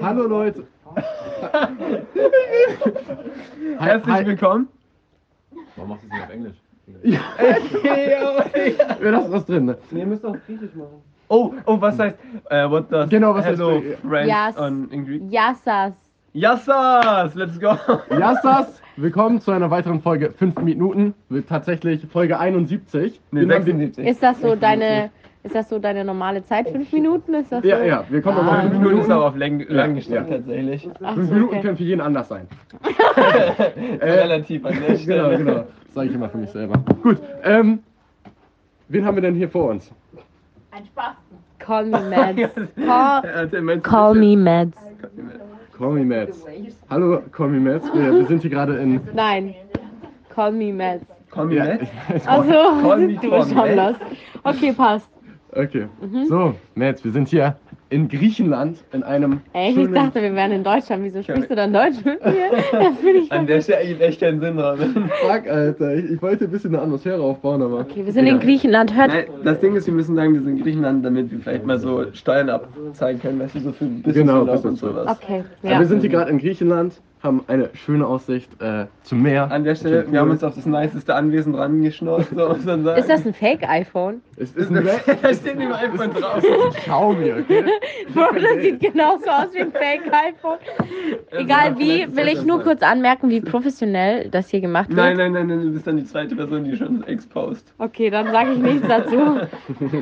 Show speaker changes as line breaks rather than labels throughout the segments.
Hallo Leute.
Herzlich willkommen.
Warum machst du es nicht auf Englisch?
Wir lassen das drin. Ne?
Nee, ihr müsst auch Griechisch machen.
Oh, oh, was heißt, äh, what does
Genau, was heißt-
hello French
Yes.
on in Greek?
Yassas.
Yassas, let's go.
Yassas, willkommen zu einer weiteren Folge 5 Minuten. Wird tatsächlich Folge 71.
Nee,
Wir machen-
76.
Ist das so deine, ist das so deine normale Zeit? Fünf Minuten ist das so?
Ja, ja, wir kommen
Ah.
nochmal
Fünf
5
Minuten ist
Minuten.
aber auf lang, lang gestreckt
ja.
tatsächlich.
Ach so,
5 Minuten
okay.
können für jeden anders sein.
Äh, Relativ an der
Genau,
Stelle.
genau. Sage ich immer für mich selber. Gut, ähm, wen haben wir denn hier vor uns?
Ein Spasten.
Call me Mads.
Ja, erzähl, Äh, meinst du
Call
das
me Mads.
Call me Mads. Hallo, Call me Mads. Wir, wir sind hier gerade in.
Nein. Call me Mads.
jetzt? Call me ne? Matt?
Also,
Call me
du
Call
bist
me
anders. Okay, passt.
Okay.
Mhm.
So, Mads, wir sind hier in Griechenland in einem.
Ey, ich
schönen-
dachte, wir wären in Deutschland. Wieso sprichst du dann Deutsch mit mir? Das bin ich.
An der Stelle ergibt echt keinen Sinn dran.
Fuck, Alter. Ich, ich wollte ein bisschen eine Atmosphäre aufbauen, aber.
Okay, wir sind in Griechenland. Hört.
Nein, Äh, das Ding ist, wir müssen sagen, wir sind in Griechenland, damit wir vielleicht mal so Steuern abzahlen können, weißt du, so für Business
Genau,
und
Business
sowas.
Ja,
Okay,
Also wir
ja.
sind hier gerade in Griechenland, haben eine schöne Aussicht äh, zum Meer.
An der Stelle,
Schön
wir haben
cool.
uns auf das niceste Anwesen rangeschnorrt, so muss man sagen.
Ist das ein Fake-iPhone?
Es ist ein Wel-
da steht neben iPhone drauf.
Xiaomi, okay?
Bro, das sieht genauso aus wie ein Fake-iPhone. Egal
genau,
wie, will ich nur kurz anmerken, wie professionell das hier gemacht wird.
Nein, nein, nein, nein, du bist dann die zweite Person, die schon exposed.
Okay, dann sage ich nichts dazu.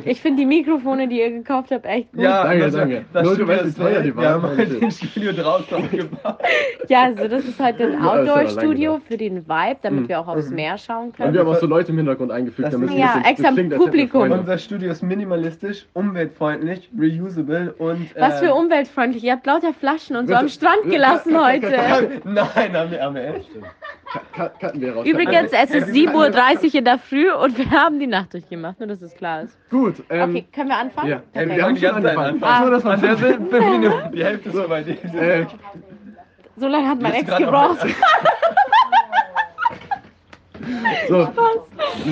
Ich finde die Mikrofone, die ihr gekauft habt, echt gut. Ja,
danke, danke.
Das
Nur du
Studio
weißt, wie
ist
teuer
teuer,
die
die Wir haben
waren.
halt den Studio draußen aufgebaut.
also das ist halt ein
Ja, ist aber lang
Outdoor-Studio
genug.
für den Vibe, damit
Mhm.
wir auch aufs Meer schauen
Und
können.
wir haben auch so Leute im Hintergrund eingefügt,
Das
damit
ist-
es ein
Ja,
bisschen-
extra
das klingt, als hätten wir
Publikum.
Freunde.
Unser Studio ist minimalistisch, umweltfreundlich, reusable und.
Was
ähm,
für umweltfreundlich. Ihr habt lauter Flaschen und so
Bitte.
am Strand gelassen heute.
Nein, haben wir, haben wir echt.
Cut- cutten wir raus.
Übrigens, es ist
wir sind
7.30 Uhr in der Früh und wir haben die Nacht durchgemacht, nur dass es klar ist.
Gut, ähm,
Okay, können wir anfangen?
ja.
Ey,
Perfekt.
Ähm, wir haben die ganze Zeit
angefangen.
anfangen.
Nur, dass man
An der sind fünf Minuten. Die Hälfte ist vorbei. Die sind
äh,
So lange hat mein
jetzt
Ex
gerade
gebraucht.
noch-
so,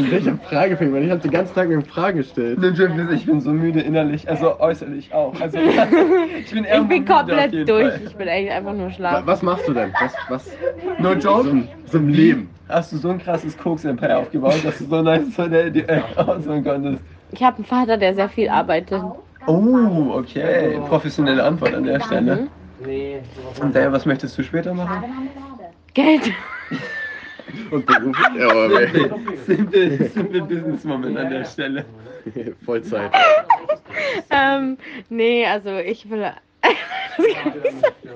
welche Frage fängt man? Ich habe den ganzen Tag mir Fragen gestellt.
Nimm Jim, ich bin so müde innerlich, also äußerlich auch. Also, ich bin,
Ich bin
müde auf jeden
komplett durch.
Fall.
Ich bin eigentlich einfach nur
Wa-
schlafen.
Was machst du denn? Was, was
No
so,
joke,
im- so im Leben?
hast du so ein krasses Koks-Empire aufgebaut, dass du so nice von der Idee ausmachen konntest.
Ich habe einen Vater, der sehr viel arbeitet.
Oh, okay. Professionelle Antwort an der Stelle.
Hm?
Nee, sowas
Und daher, was möchtest du später machen?
Geld.
Und Beruf? Ja, aber ey,
Simple, simple, simple Business-Moment an der Stelle.
Vollzeit.
Ähm, nee, also ich will.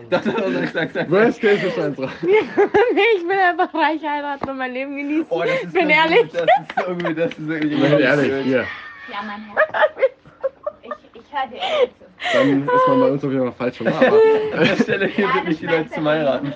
Sag, sag, sag, sag.
Worst Case ist einfach.
ich will einfach reich heiraten und mein Leben genießen.
Oh, das ist
bin
so
ehrlich.
Gut. Das ist so gut, das ist wirklich
Ich meine, ehrlich, hier.
Ja, mein Herz. Ich, ich höre dir ehrlich zu.
Dann ist man bei uns auf jeden Fall falsch schon mal. Aber
An der Stelle hier wirklich die Leute zum Heiraten.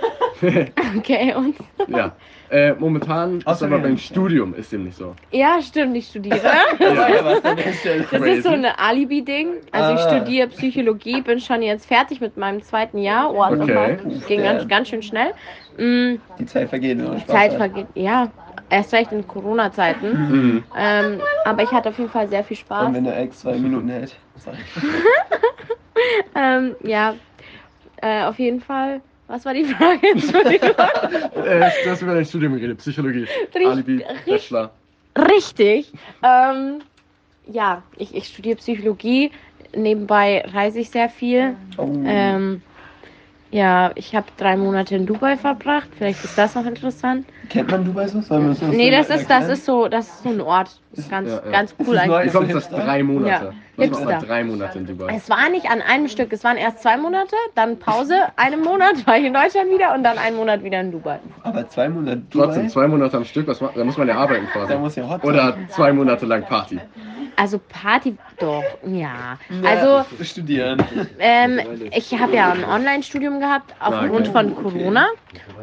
Okay, und.
Ja, äh, momentan ist
Außerdem.
aber beim Studium ist dem nicht so.
Ja, stimmt, ich studiere.
Das war ja was an der Stelle.
Das ist so ein Alibi-Ding. Also ich
Ah.
studiere Psychologie, bin schon jetzt fertig mit meinem zweiten Jahr. Oh, also
Okay.
das ging ganz, ganz schön schnell. Mm,
Die Zeit vergeht. wenn man Spaß
Zeit
hat.
vergeht, ja, erst recht in Corona-Zeiten.
Mhm.
Ähm, aber ich hatte auf jeden Fall sehr viel Spaß.
Und wenn der Ex zwei Minuten hält. Sorry.
Ähm, ja, äh, auf jeden Fall. Was war die Frage? Entschuldigung.
Äh, du hast über dein Studium geredet, Psychologie, Alibi, Bachelor.
Richtig. Ähm, ja, ich, ich studiere Psychologie. Nebenbei reise ich sehr viel.
Oh.
Ähm, ja, ich habe drei Monate in Dubai verbracht. Vielleicht ist das noch interessant.
Kennt man Dubai so? Sollen wir uns
Nee, das ist, das ist so, das ist so ein Ort. Das ist ganz,
Ja, ja.
ganz
Ist
cool
es neu?
Du
eigentlich.
kommst das drei Monate.
Ja. Also
Was machst du
Hipster.
drei Monate in Dubai?
Es war nicht an einem Stück. Es waren erst zwei Monate, dann Pause, einen Monat war ich in Deutschland wieder und dann einen Monat wieder in Dubai.
Aber zwei Monate Dubai?
Trotzdem, zwei Monate am Stück, was, ma- da muss man ja arbeiten quasi.
Da muss ja hot
Oder zwei Monate lang Party.
Also Party doch, ja.
sein. Ja,
Also
Studieren.
Ähm, ich habe ja ein Online-Studium gehabt aufgrund
okay.
von Corona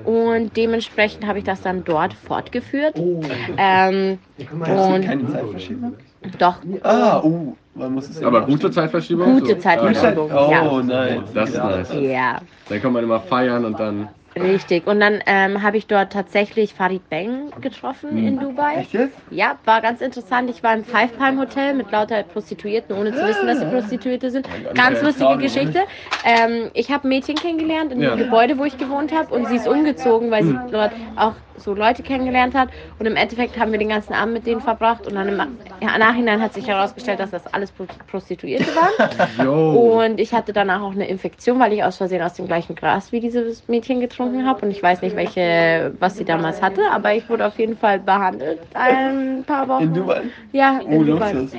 und dementsprechend habe ich das dann dort fortgeführt.
Oh.
Ähm,
Und
und
keine Zeitverschiebung?
doch,
Ah, oh. Man muss es ja
Aber
machen.
gute Zeitverschiebung?
Gute
So,
Zeitverschiebung.
ja,
Oh, nein.
Das ist nice.
ja.
Dann kann man immer feiern und dann
Richtig. Und dann ähm, habe ich dort tatsächlich Farid Beng getroffen
Hm.
in Dubai.
Echt jetzt?
Ja, war ganz interessant. Ich war im Five Palm Hotel mit lauter Prostituierten, ohne zu wissen, dass sie Prostituierte sind.
mein Gott,
Ganz
Äh,
ey,
lustige
traurig.
Geschichte. Ähm, ich habe ein Mädchen kennengelernt in
Ja. Hm.
dem Gebäude, wo ich gewohnt habe. Und sie ist umgezogen, weil sie dort auch so Leute kennengelernt hat. Und im Endeffekt haben wir den ganzen Abend mit denen verbracht. Und dann im ja, Nachhinein hat sich herausgestellt, dass das alles Pro- Prostituierte waren.
Oh.
Yo.
Und ich hatte danach auch eine Infektion, weil ich aus Versehen aus dem gleichen Gras wie dieses Mädchen getrunken habe. Und ich weiß nicht, welche, was sie damals hatte, aber ich wurde auf jeden Fall behandelt. Ein paar Wochen.
In Dubai.
Ja,
Oh,
in Dubai.
Luxus.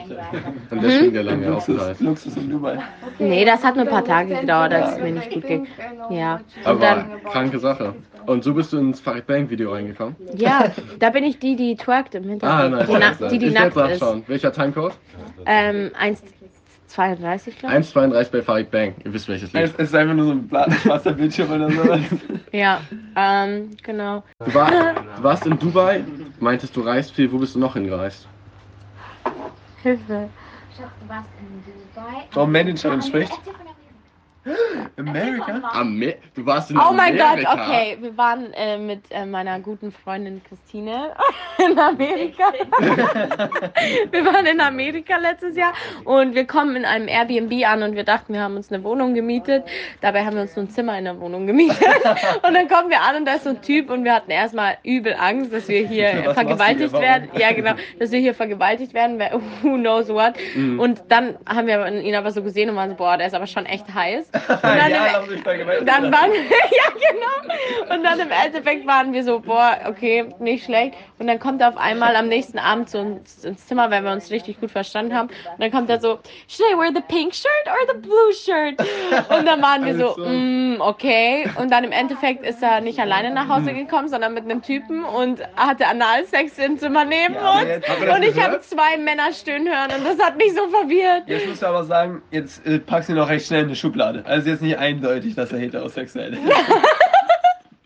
Und deswegen
Mhm.
der lange
Luxus,
Aufenthalt.
Luxus in Dubai.
Nee, das hat nur ein paar Tage gedauert, als es mir nicht gut ging. Ja.
Aber
Und dann-
kranke Sache. Und so bist du ins Farid Bank Video reingekommen.
Ja, da bin ich die, die twerkt im
Ah,
Hintergrund.
nein,
die, na, die, die
ich
nackt
werde
ist.
nachschauen. Welcher Timecode?
Ähm, 1,32, glaube
1,32 bei Farid Bank. Ihr wisst welches
Es
Lied.
es ist einfach nur so ein bla- schwarzer Bildschirm oder sowas.
ich. Ja, ähm, genau.
Du, war, du warst in Dubai, meintest du reist viel. Wo bist du noch hingereist?
Hilfe.
Schatz, du warst in Dubai.
Frau Managerin spricht.
Erzähl von Amerika.
America?
Amer du warst in
Oh mein Gott,
Amerika.
okay. Wir waren äh, mit äh, meiner guten Freundin Christine in Amerika. wir waren in Amerika letztes Jahr und wir kommen in einem Airbnb an und wir dachten, wir haben uns eine Wohnung gemietet. Dabei haben wir uns nur ein Zimmer in der Wohnung gemietet. Und dann kommen wir an und da ist so ein Typ und wir hatten erstmal übel Angst, dass wir hier
Was machst
vergewaltigt
du hier?
werden. Ja, genau. Dass wir hier vergewaltigt werden. wer- Who knows what.
Mhm.
Und dann haben wir ihn aber so gesehen und waren so, boah, der ist aber schon echt heiß.
Ein Jahr lang sich vergewaltigt.
Dann waren wir, ja genau. Und dann im Endeffekt waren wir so, boah, okay, nicht schlecht. Und dann kommt er auf einmal am nächsten Abend zu uns ins Zimmer, weil wir uns richtig gut verstanden haben. Und dann kommt er so, should I wear the pink shirt or the blue shirt? Und dann waren wir so,
Also.
mm, okay. Und dann im Endeffekt ist er nicht alleine nach Hause gekommen, sondern mit einem Typen und hatte Analsex im Zimmer neben
Ja, aber
uns.
jetzt-
Habt ihr das
Und ich
gehört?
habe zwei Männer stöhnen hören und das hat mich so verwirrt.
Jetzt musst du aber sagen, jetzt äh, packst du ihn noch recht schnell in eine Schublade. Also jetzt nicht eindeutig, dass er heterosexuell ist.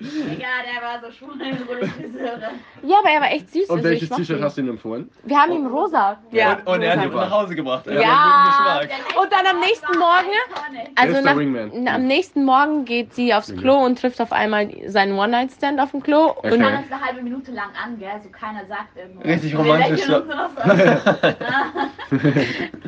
Ja, der war so schwul, wo ich Friseure.
Ja, aber er war echt süß.
Und
also ich Also
welches
mochte
T-Shirt
ihn.
hast du ihm empfohlen?
Wir haben ihm rosa. Ja.
Und, und er hat ihn nach Hause gebracht. Er
Ja.
hat einen guten Geschmack.
Und dann am nächsten Morgen,
Er
also
ist der
nach,
Wingman.
na, am nächsten Morgen geht sie aufs Klo und trifft auf einmal seinen One-Night-Stand auf dem Klo.
Okay.
Und
Wir
dann,
uns eine halbe Minute lang an, gell? So keiner sagt irgendwas.
Richtig
Und wir
romantisch,
lächeln
ne?
uns nur noch so an.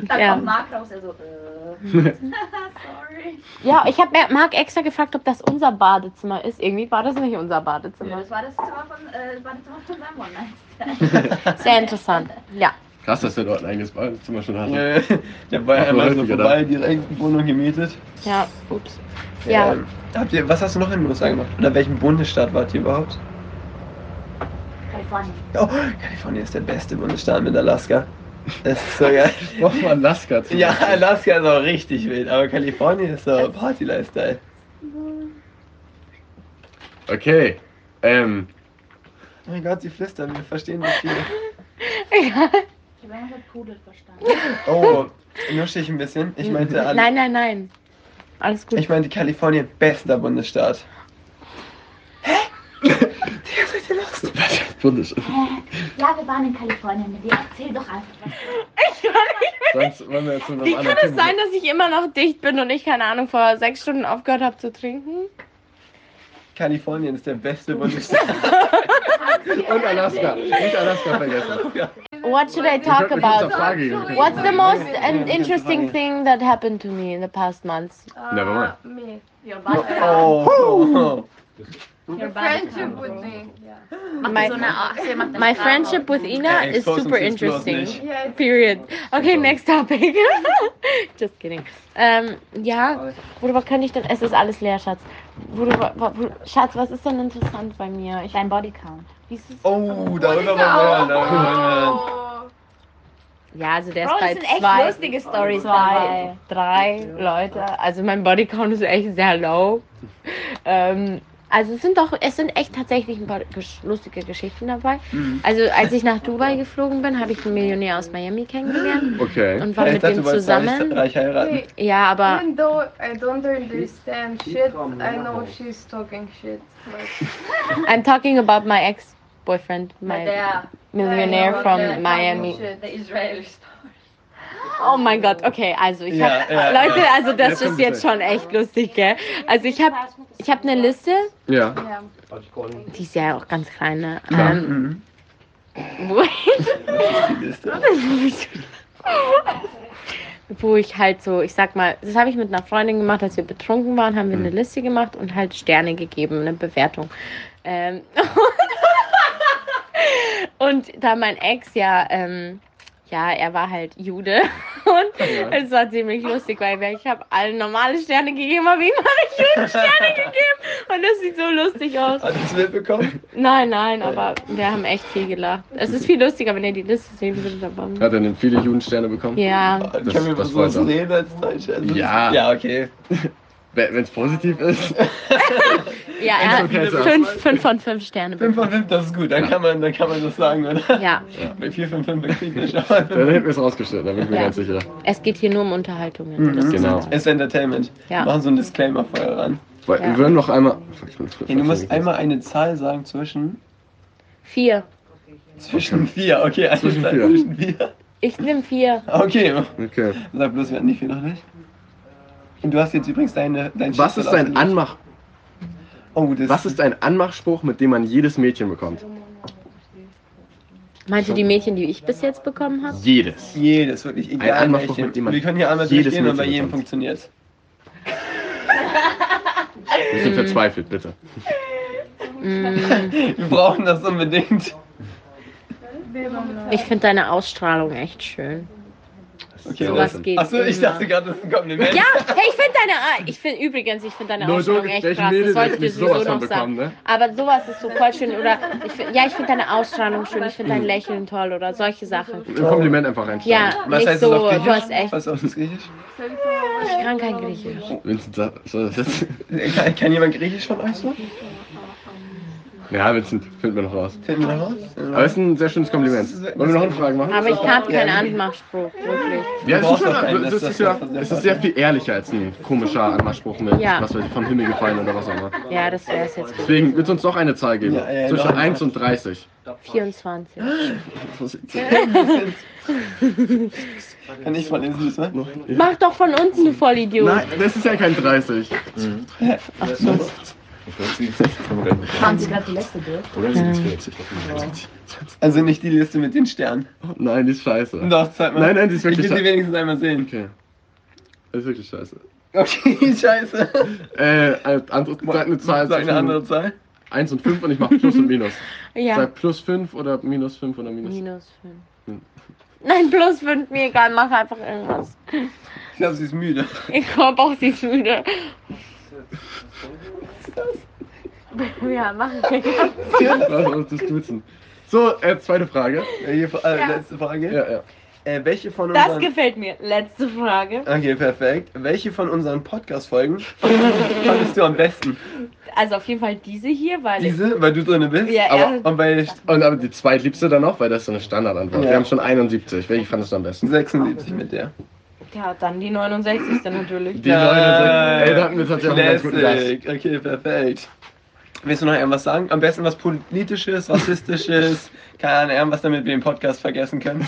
Dann
Ja.
kommt Mark raus, er so, äh, sorry.
ja, ich habe Marc extra gefragt, ob das unser Badezimmer ist. Irgendwie war das nicht unser Badezimmer.
Das war das Zimmer von, äh, das war das Zimmer von seinem One Night.
Sehr interessant. Ja.
Krass, dass der dort ein eigenes Badezimmer schon hatte.
Äh, Der war
Ach,
einmal so
häufiger
vorbei, direkt die Wohnung gemietet.
Ja, ups. Ja.
Ähm, habt ihr, was hast du noch in den USA gemacht? Oder welchem Bundesstaat wart ihr überhaupt?
Kalifornien.
Oh, Kalifornien ist der beste Bundesstaat mit Alaska. Das ist so geil.
Brauch mal Alaska zu
Ja, Alaska ist auch richtig wild, aber Kalifornien ist so Party-Lifestyle.
Okay. Ähm,
Oh mein Gott, sie flüstern, wir verstehen nicht viel.
Ich habe immer mit Pudel verstanden.
Oh, nuschel ich ein bisschen. Ich meinte, Al-
Mhm. Nein, nein, nein. Alles gut.
ich meinte Kalifornien, bester Bundesstaat.
was ist Bundes?
Ja, wir waren in Kalifornien mit dir. Erzähl doch einfach.
Sonst wollen wir jetzt nur noch
Wie kann es sein, dass ich immer noch dicht bin und ich, keine Ahnung, vor sechs Stunden aufgehört habe zu trinken?
Kalifornien ist der beste Bundesstaat.
Und Alaska. Nicht Alaska vergessen.
What should I talk
Wir könnten uns auf
about?
Frage gehen.
Äh, What's the most um, interesting thing that happened to me in the past months?
Never mind.
Me.
Your body.
Oh, oh.
Your
Friendship with me. Yeah.
My,
so eine Art. ihr macht das
my
Haar
friendship
raus.
with Ina
Yeah,
is
expose
super
uns jetzt bloß
interesting.
Yeah, it's
Period. Okay, next topic. Just kidding. Ähm, ja, worüber kann ich denn? Es ist alles leer, Schatz. Worüber, wo- wo- Schatz, was ist denn interessant bei mir? Ich,
Dein Bodycount.
wie ist es?
oh, darüber wollen wir hören, darüber wollen wir hören.
Oh.
Ja, also der
Bro,
ist bei
das sind echt
zwei,
lustige Storys
zwei,
dabei.
drei Leute. Also mein Bodycount ist echt sehr low. Ähm, also es sind doch, es sind echt tatsächlich ein paar gesch lustige Geschichten dabei.
Mhm.
Also als ich nach Dubai geflogen bin, habe ich einen Millionär aus Miami kennengelernt
Okay.
und war mit
dachte,
dem
du wolltest
zusammen.
Reich, reich heiraten.
Hey,
Ja, aber
even though I don't understand shit, I know she's talking shit. Like,
I'm talking about my ex-boyfriend,
Mit
my
der,
millionaire
I know
from
that kind of
Miami.
shit.
the Israeli story.
Oh mein Gott, okay, also ich
Ja,
hab,
ja,
Leute,
ja.
also das
Jetzt
ist
kommt's
jetzt
weg.
schon echt lustig, gell? Also ich habe ich hab eine Liste,
Ja.
Ja.
die ist ja auch ganz klein, ne?
Ja.
Ähm,
Mhm.
wo,
Die Liste.
ich, wo ich halt so, ich sag mal, das habe ich mit einer Freundin gemacht, als wir betrunken waren, haben wir eine Liste gemacht und halt Sterne gegeben, eine Bewertung. Ähm, und da mein Ex ja, ähm, ja, er war halt Jude und
Ja.
es war ziemlich lustig, weil wir- ich habe allen normale Sterne gegeben, aber ihm habe ich Judensterne gegeben und das sieht so lustig aus.
Hat es mitbekommen?
Nein, nein,
Äh.
aber wir haben echt viel gelacht. Es ist viel lustiger, wenn ihr die Liste sehen würdet, aber...
Hat er denn viele Judensterne bekommen?
Ja,
Können
Das-
wir über
das war
sowas
so.
reden als Deutsche? Also,
Ja.
Ja, okay.
Wenn es positiv ist.
ja, er hat
Okay, so.
fünf, fünf von fünf Sterne
5
bekommen.
von 5, das ist gut. Dann kann man, dann kann man das sagen, oder?
Ja,
Bei 4 von 5 kriegt man schon mal
Dann
fünf.
hätten wir es rausgestellt, da bin ich mir
Ja.
ganz sicher.
es geht hier nur um Unterhaltungen.
Mhm.
Das ist
Genau.
alles.
Ist Entertainment.
Ja.
Machen so einen Disclaimer vorher ran.
Weil
Ja.
wir würden noch einmal. Fuck, ich bin zu
Hey, du musst
vergessen.
einmal eine Zahl sagen zwischen.
Vier.
Zwischen 4, okay. Eine
Zwischen
Zahl
vier.
zwischen 4.
Ich nehme vier.
Okay.
Okay.
Sag bloß, wir hatten nicht viel noch nicht. Und du hast jetzt übrigens deine. Dein
Was ist ein
An?
Anmach?
Oh, das
Was ist ein Anmachspruch, mit dem man jedes Mädchen bekommt?
Meinte die Mädchen, die ich bis jetzt bekommen habe?
Jedes.
Jedes, wirklich egal.
Anmachspruch,
welche.
mit dem man
wir können hier einmal
jedes
durchgehen und bei
Mädchen
jedem
bekommt.
funktioniert.
Wir
Mhm.
sind verzweifelt, bitte.
Mm,
Wir brauchen das unbedingt.
ich finde deine Ausstrahlung echt schön.
Okay,
Sowas
das-
geht
Achso, ich
immer.
dachte gerade, das ist ein Kompliment.
Ja, hey, ich finde deine, A- ich finde übrigens, ich finde deine
Nur so,
Ausstrahlung echt
welche
krass. Das
Mädels
solltet
hätten
ihr
nicht sowas
sowieso
von
noch sagen.
bekommen, ne?
Aber sowas ist so voll schön oder ich find, ja, ich finde deine Ausstrahlung schön, ich finde
Mhm.
dein Lächeln toll oder solche Sachen.
Ein Kompliment einfach einstellen.
Ja,
Was
nicht
heißt
so,
das auf Griechisch?
du hast echt.
Was auf das Griechisch?
Ich kann kein Griechisch.
Vincent, sag- soll das jetzt?
Kann, kann jemand Griechisch von euch so?
Ja, Vincent, finden wir noch raus.
Finden wir raus? Finden
Aber
wir
es
raus?
ist ein sehr schönes Kompliment. Wollen wir noch eine Frage machen?
Aber ich habe
Ja.
keinen Anmachspruch, wirklich.
Ja, es ist,
Du brauchst
schon,
doch keinen,
es
das-
ist,
das-
ja,
das-
es ist sehr viel ehrlicher als ein komischer Anmachspruch mit,
Ja.
was weiß ich, vom Himmel gefallen oder was auch immer.
Ja, das wäre es jetzt.
Deswegen, willst du uns noch eine Zahl geben?
Ja, ja,
Zwischen
noch eine.
1 und 30.
24.
Kann ich mal lesen, süß, ne?
Mach doch von uns eine Vollidiot.
Nein, das ist ja kein 30.
Mhm.
Ach so.
Ich glaube, sie haben gerade
Haben Sie gerade die letzte durch?
Oder sie
Nein.
sind es Ich glaube, sie
Also nicht die Liste mit den Sternen.
Nein, die ist scheiße.
Doch, zeig mal.
Nein, nein, die ist
Ich will
wirklich
sie
scheiße.
wenigstens einmal sehen.
Okay. Das ist wirklich scheiße.
Okay, scheiße.
Äh, eine andere, sag eine Zahl
Sag eine andere
zwischen
Zahl.
1 und 5 und ich mache Plus und Minus.
Ja.
Sag plus 5 oder minus 5 oder minus.
Minus 5.
Hm.
Nein, plus 5, mir egal, mach einfach irgendwas.
Ich glaube, sie ist müde.
Ich glaube auch, sie ist müde. Ja, mach ich.
Was ist das Duzen? So, äh, zweite Frage.
Äh, hier, äh, Letzte Frage.
Ja, ja.
Äh, welche von
Das
unseren...
gefällt mir. Letzte Frage.
Okay, perfekt. Welche von unseren Podcast-Folgen fandest du am besten?
Also auf jeden Fall diese hier, weil
Diese, weil du drinne bist?
Also Ja,
aber,
ja.
Und bei
Und aber die zweitliebste dann noch, weil das ist so eine Standardantwort.
Ja.
Wir haben schon 71. Welche fandest du am besten?
76 mit der.
ich. Ja, dann die 69 dann natürlich.
Die Leute sind, ey, da hatten wir tatsächlich einen ganz guten Gast.
Classic. Okay, perfekt. Willst du noch irgendwas sagen? Am besten was Politisches, Rassistisches, keine Ahnung, irgendwas, damit wir den Podcast vergessen können.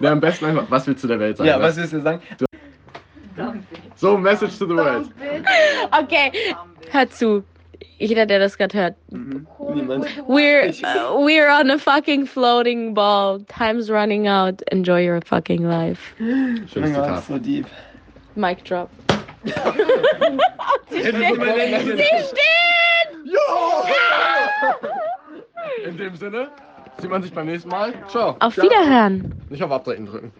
Ja, am besten einfach, was willst du der Welt sagen?
ja,
ne?
was willst du sagen?
So, Message to the world.
Don't bitch.
Okay, hör zu. Jeder, der das gerade hört.
Mhm.
Niemand.
Niemand.
We're uh, we're on a fucking floating ball. Time's running out. Enjoy your fucking life.
Oh mein
Schönes
Gott,
Zitat.
so deep.
Mic drop.
In dem Sinne, sieht man sich beim nächsten Mal. Ciao.
Auf Wiederhören.
Nicht auf Abtreten drücken.